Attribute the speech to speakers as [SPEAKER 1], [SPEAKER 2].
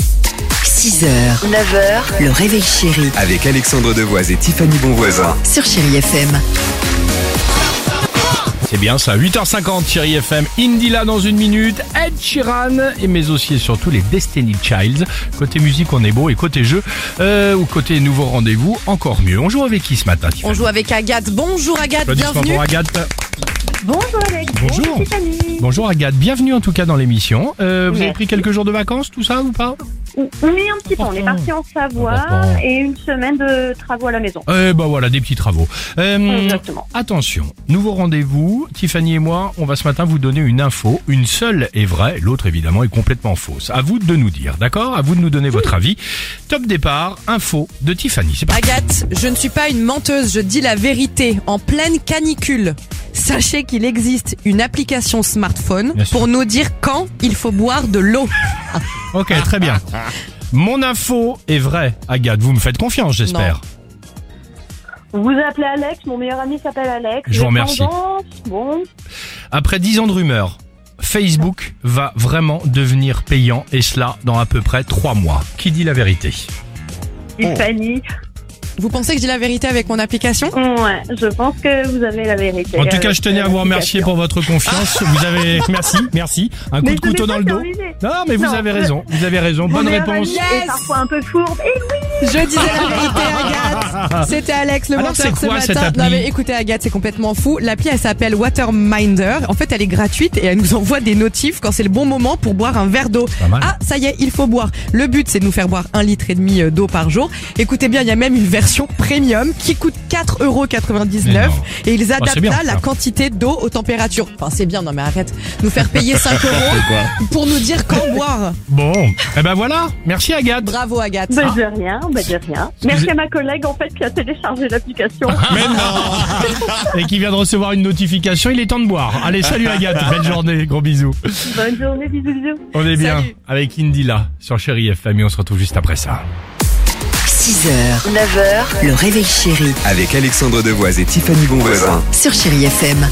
[SPEAKER 1] 6h, 9h, le réveil chéri
[SPEAKER 2] Avec Alexandre Devoise et Tiffany Bonvoisin.
[SPEAKER 1] sur Chérie FM.
[SPEAKER 3] C'est bien ça, 8h50, chérie FM, Indila dans une minute, Ed Sheeran, et mais aussi et surtout les Destiny Childs. Côté musique, on est beau, et côté jeu, euh, ou côté nouveau rendez-vous, encore mieux. On joue avec qui ce matin
[SPEAKER 4] On joue avec Agathe. Bonjour Agathe, bienvenue.
[SPEAKER 3] pour Agathe.
[SPEAKER 5] Bonjour Alex.
[SPEAKER 3] Bonjour.
[SPEAKER 5] Bonjour Tiffany.
[SPEAKER 3] Bonjour Agathe, bienvenue en tout cas dans l'émission. Euh, vous avez
[SPEAKER 5] Merci.
[SPEAKER 3] pris quelques jours de vacances, tout ça ou pas
[SPEAKER 5] Oui, un petit peu. On est parti en Savoie
[SPEAKER 3] Important.
[SPEAKER 5] et une semaine de travaux à la maison.
[SPEAKER 3] Eh ben voilà, des petits travaux. Euh,
[SPEAKER 5] Exactement.
[SPEAKER 3] Attention, nouveau rendez-vous. Tiffany et moi, on va ce matin vous donner une info. Une seule est vraie, l'autre évidemment est complètement fausse. À vous de nous dire, d'accord À vous de nous donner votre avis. Top départ, info de Tiffany. C'est parti.
[SPEAKER 4] Agathe, je ne suis pas une menteuse, je dis la vérité. En pleine canicule, sachez qu'il existe une application smartphone
[SPEAKER 3] Bien sûr.
[SPEAKER 4] pour nous dire quand il faut boire de l'eau.
[SPEAKER 3] Ok, très bien. Mon info est vraie, Agathe. Vous me faites confiance, j'espère.
[SPEAKER 5] Vous appelez Alex. Mon meilleur ami s'appelle Alex.
[SPEAKER 3] Je vous remercie.
[SPEAKER 5] Tendance, Bon.
[SPEAKER 3] Après 10 ans de rumeurs, Facebook va vraiment devenir payant et cela dans à peu près 3 mois. Qui dit la vérité
[SPEAKER 5] Tiffany.
[SPEAKER 4] Vous pensez que je dis la vérité avec mon application
[SPEAKER 5] Ouais. Je pense que vous avez la vérité.
[SPEAKER 3] En tout cas,
[SPEAKER 5] Euh,
[SPEAKER 3] je tenais à vous remercier pour votre confiance. Vous avez, merci, merci. Un coup
[SPEAKER 5] Mais
[SPEAKER 3] de
[SPEAKER 5] je
[SPEAKER 3] couteau
[SPEAKER 5] n'ai
[SPEAKER 3] dans
[SPEAKER 5] pas
[SPEAKER 3] le dos.
[SPEAKER 5] terminé.
[SPEAKER 3] Non, mais vous
[SPEAKER 5] Non,
[SPEAKER 3] avez
[SPEAKER 5] je-
[SPEAKER 3] raison. Vous avez raison.
[SPEAKER 5] Mon
[SPEAKER 3] Bonne
[SPEAKER 5] meilleur
[SPEAKER 3] réponse.
[SPEAKER 5] ami
[SPEAKER 4] Yes.
[SPEAKER 5] est parfois un peu fourbe. Et oui,
[SPEAKER 4] Je disais la vérité, Agathe. C'était Alex le
[SPEAKER 3] Alors,
[SPEAKER 4] menteur
[SPEAKER 3] Ah c'est quoi,
[SPEAKER 4] ce
[SPEAKER 3] cette
[SPEAKER 4] matin.
[SPEAKER 3] appli
[SPEAKER 4] non mais écoutez Agathe, c'est complètement fou. L'appli elle s'appelle Waterminder. En fait, elle est gratuite et elle nous envoie des notifs quand c'est le bon moment pour boire un verre d'eau.
[SPEAKER 3] Pas mal.
[SPEAKER 4] Ah, ça y est, il faut boire. Le but c'est de nous faire boire un litre et demi euh, d'eau par jour. Écoutez bien, il y a même une version premium qui coûte 4,99€
[SPEAKER 3] Mais non. Bah,
[SPEAKER 4] et ils adaptent
[SPEAKER 3] c'est bien,
[SPEAKER 4] là la
[SPEAKER 3] ça.
[SPEAKER 4] quantité d'eau aux températures. Enfin, c'est bien, non mais arrête. Nous faire payer 5 euros pour nous dire quand boire.
[SPEAKER 3] Bon, eh ben voilà. Merci Agathe.
[SPEAKER 4] Bravo Agathe.
[SPEAKER 3] Ah.
[SPEAKER 5] bah, de rien, bah, de rien. Merci à ma collègue en fait qui a téléchargé l'application.
[SPEAKER 3] Mais non. Et qui vient de recevoir une notification. Il est temps de boire. Allez, salut Agathe. Belle journée. Gros bisous.
[SPEAKER 5] Bonne journée, bisous, bisous.
[SPEAKER 3] On est bien
[SPEAKER 4] Salut.
[SPEAKER 3] avec Indila sur Chéri FM et on se retrouve juste après ça.
[SPEAKER 1] 6h, 9h, le réveil chéri
[SPEAKER 2] Avec Alexandre Devoise et Tiffany Bonvoisin.
[SPEAKER 1] sur Chérie FM.